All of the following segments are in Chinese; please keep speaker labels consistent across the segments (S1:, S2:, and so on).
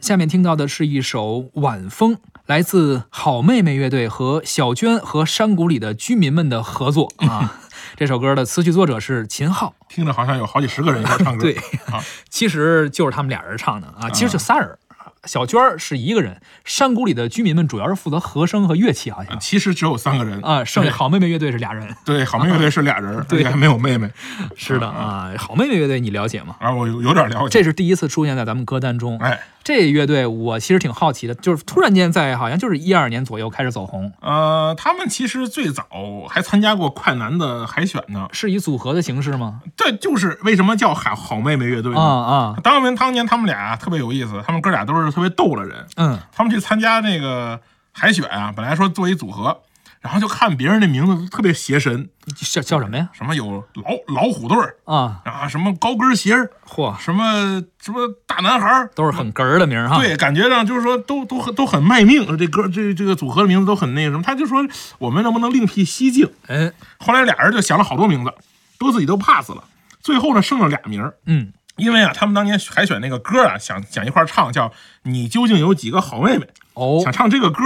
S1: 下面听到的是一首《晚风》，来自好妹妹乐队和小娟和山谷里的居民们的合作 啊。这首歌的词曲作者是秦昊，
S2: 听着好像有好几十个人一块唱歌。
S1: 对
S2: 啊，
S1: 其实就是他们俩人唱的啊，其实就仨人。小娟儿是一个人，山谷里的居民们主要是负责和声和乐器，好像
S2: 其实只有三个人
S1: 啊，剩下好妹妹乐队是俩人。
S2: 对，好妹妹乐队是俩人，
S1: 对
S2: 而且还没有妹妹。
S1: 是的啊，好妹妹乐队你了解吗？
S2: 啊，我有有点了解。
S1: 这是第一次出现在咱们歌单中。
S2: 哎，
S1: 这乐队我其实挺好奇的，就是突然间在好像就是一二年左右开始走红，
S2: 呃，他们其实最早还参加过快男的海选呢。
S1: 是以组合的形式吗？
S2: 这就是为什么叫好好妹妹乐队
S1: 啊
S2: 呢。
S1: 啊，
S2: 当年当年他们俩特别有意思，他们哥俩都是特别逗的人。
S1: 嗯，
S2: 他们去参加那个海选啊，本来说做一组合，然后就看别人的名字都特别邪神，
S1: 叫叫什么呀？
S2: 什么有老老虎队儿
S1: 啊，
S2: 啊，什么高跟鞋儿，
S1: 嚯，
S2: 什么什么大男孩儿，
S1: 都是很哏儿的名儿哈。，
S2: 对，感觉上就是说都都很都很卖命，这歌这这个组合的名字都很那个什么，他就说我们能不能另辟蹊径？
S1: 哎，
S2: 后来俩人就想了好多名字，都自己都 pass 了，最后呢剩了俩名儿。
S1: 嗯，
S2: 因为啊，他们当年海选那个歌啊，想想一块儿唱，叫《你究竟有几个好妹妹》，
S1: 哦
S2: 想，唱这个歌，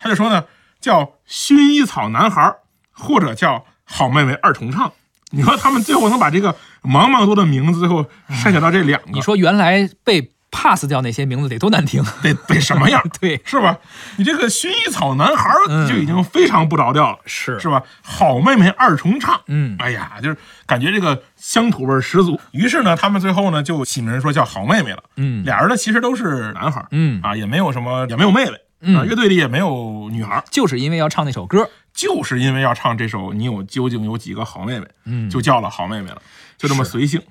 S2: 他就说呢，叫薰衣草男孩，或者叫好妹妹二重唱。你说他们最后能把这个茫茫多的名字最后筛选到这两个，
S1: 你说原来被 pass 掉那些名字得多难听？
S2: 得得什么样？
S1: 对，
S2: 是吧？你这个薰衣草男孩
S1: 嗯
S2: 就已经非常不着调了，
S1: 是
S2: 是吧？好妹妹二重唱，
S1: 嗯
S2: 哎呀，就是感觉这个乡土味儿十足。于是呢，他们最后呢就起名说叫好妹妹了。
S1: 嗯
S2: 俩人呢其实都是男孩儿，
S1: 嗯
S2: 啊，也没有什么，也没有妹妹，
S1: 嗯
S2: 啊，乐队里也没有女孩儿，
S1: 就是因为要唱那首歌，
S2: 就是因为要唱这首《你有究竟有几个好妹妹》，
S1: 嗯
S2: 就叫了好妹妹了，就这么随性。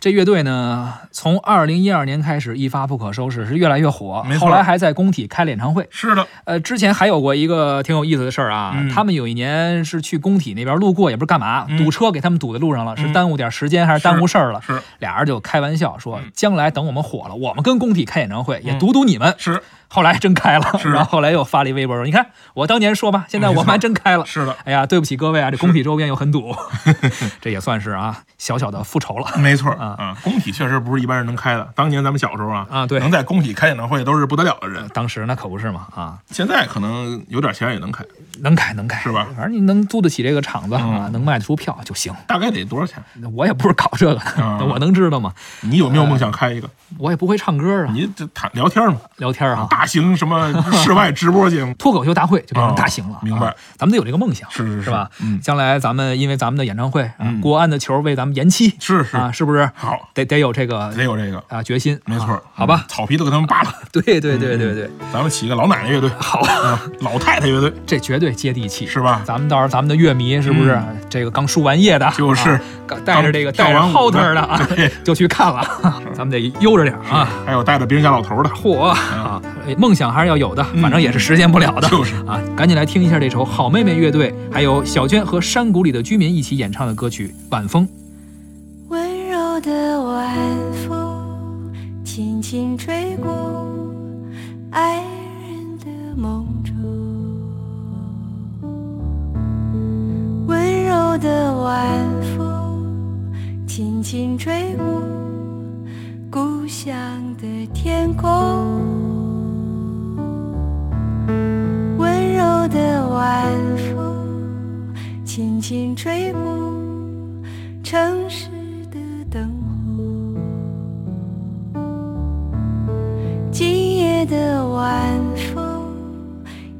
S1: 这乐队呢，从二零一二年开始一发不可收拾，是越来越火
S2: 没。错
S1: 后来还在工体开了演唱会。
S2: 是的，
S1: 呃，之前还有过一个挺有意思的事儿啊，
S2: 嗯
S1: 他们有一年是去工体那边路过，也不知干嘛，
S2: 嗯
S1: 堵车给他们堵在路上了，是
S2: 嗯
S1: 耽误点时间还是耽误事儿了？
S2: 是
S1: 俩人就开玩笑说，
S2: 嗯
S1: 将来等我们火了，我们跟工体开演唱会，也堵堵你们。
S2: 是
S1: 后来真开了，
S2: 嗯是啊嗯
S1: 然后后来又发了一微博说，你看我当年说吧，现在
S2: 没
S1: 我
S2: 错
S1: 们还真 开了。
S2: 是的，
S1: 哎呀，对不起各位啊，这工体周边又很堵， 这也算是啊小小的复仇了。
S2: 没错
S1: 啊
S2: 啊，工体确实不是一般人能开的。当年咱们小时候啊，
S1: 啊对
S2: 能在工体开演唱会都是不得了的人，
S1: 当时那可不是嘛啊，
S2: 现在可能有点钱也能开，
S1: 能开能开
S2: 是嗯吧
S1: 反正你能租得起这个场子啊，能卖得出票就行。
S2: 大概得多少钱？
S1: 那我也不是搞这个的，
S2: 嗯
S1: 我能知道吗？
S2: 你有没有梦想开一个？
S1: 我也不会唱歌啊，
S2: 你这谈聊天嘛，
S1: 聊天啊，
S2: 大型什么室外直播节目
S1: 脱口秀大会就变成大型了啊。
S2: 哦明白
S1: 咱们得有这个梦想，
S2: 是是是
S1: 吧？
S2: 嗯
S1: 将来咱们因为咱们的演唱会，啊，国安的球为咱们延期
S2: 是是
S1: 啊，是不是？
S2: 好，
S1: 得得有这个
S2: 得有这个，
S1: 啊决心，
S2: 没错
S1: 啊，好吧
S2: 嗯，草皮都给他们扒了，
S1: 对对对对对，
S2: 咱们起一个老奶奶乐队，
S1: 好，
S2: 啊，老太太乐队
S1: 这绝对接地气，
S2: 是吧？
S1: 咱们到时候咱们的乐迷是不是这个刚输完液的，
S2: 就是
S1: 啊刚带着这个
S2: 刚
S1: 带着
S2: 跳完舞
S1: halter 的
S2: 的
S1: 啊
S2: 对，
S1: 就去看了，咱们得悠着点儿啊。
S2: 还有带着别人家老头的，
S1: 嚯啊！哎梦想还是要有的，反正也是实现不了的。
S2: 嗯就是
S1: 啊，赶紧来听一下这首好妹妹乐队，还有小娟和山谷里的居民一起演唱的歌曲《晚风》。
S3: 温柔的晚风，轻轻吹过爱人的梦中。温柔的晚风，轻轻吹过故乡的天空。温柔的晚风，轻轻吹过。城市的灯火。今夜的晚风，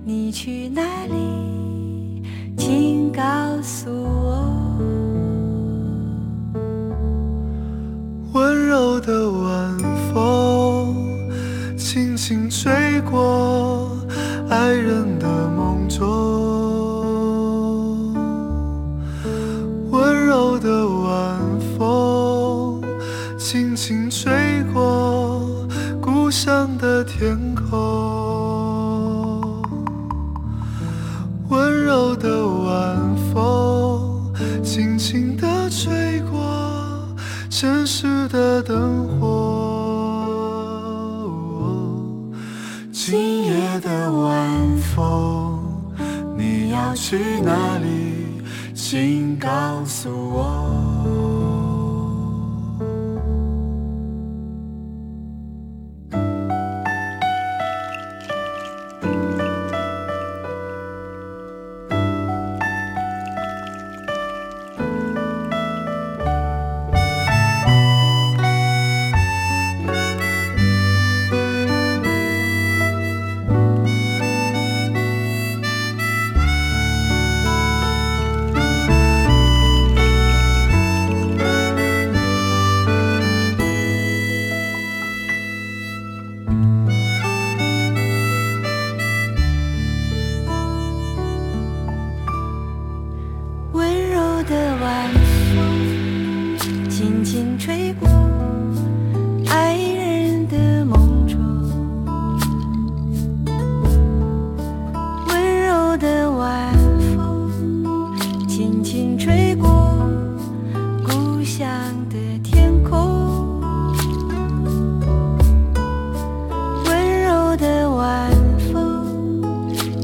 S3: 你去哪里？请告诉我。
S4: 温柔的晚风，轻轻吹过爱人的梦中。温柔的晚风，轻轻吹过故乡的天空。温柔的晚风，轻轻地吹过城市的灯火。今夜的晚风，你要去哪里？请告诉我。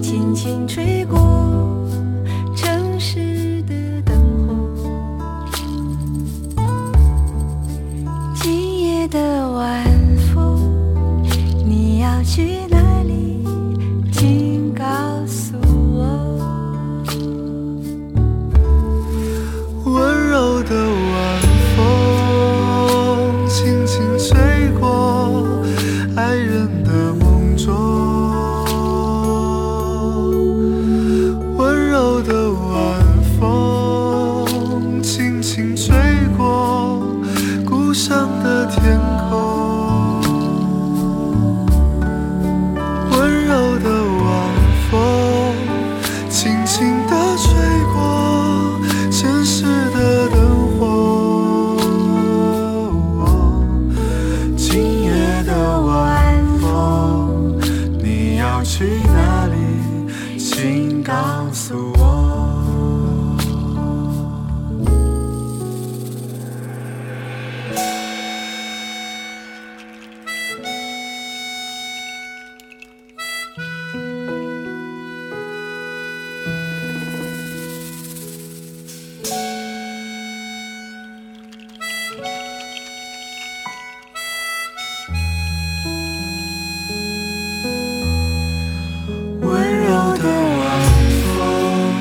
S3: 轻吹过城市的灯火。今夜的晚风，你要去哪里？请告诉我。
S4: 温柔的晚风，轻轻吹过爱人的梦中。温柔的晚风，轻轻吹过故乡的天空。温柔的晚风，轻轻地吹过城市的灯火。今夜的晚风，你要去哪里？请告诉我。温柔的晚风，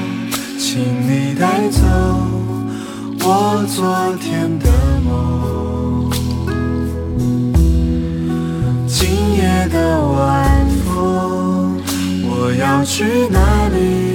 S4: 请你带走我昨天的梦。今夜的晚风，我要去哪里？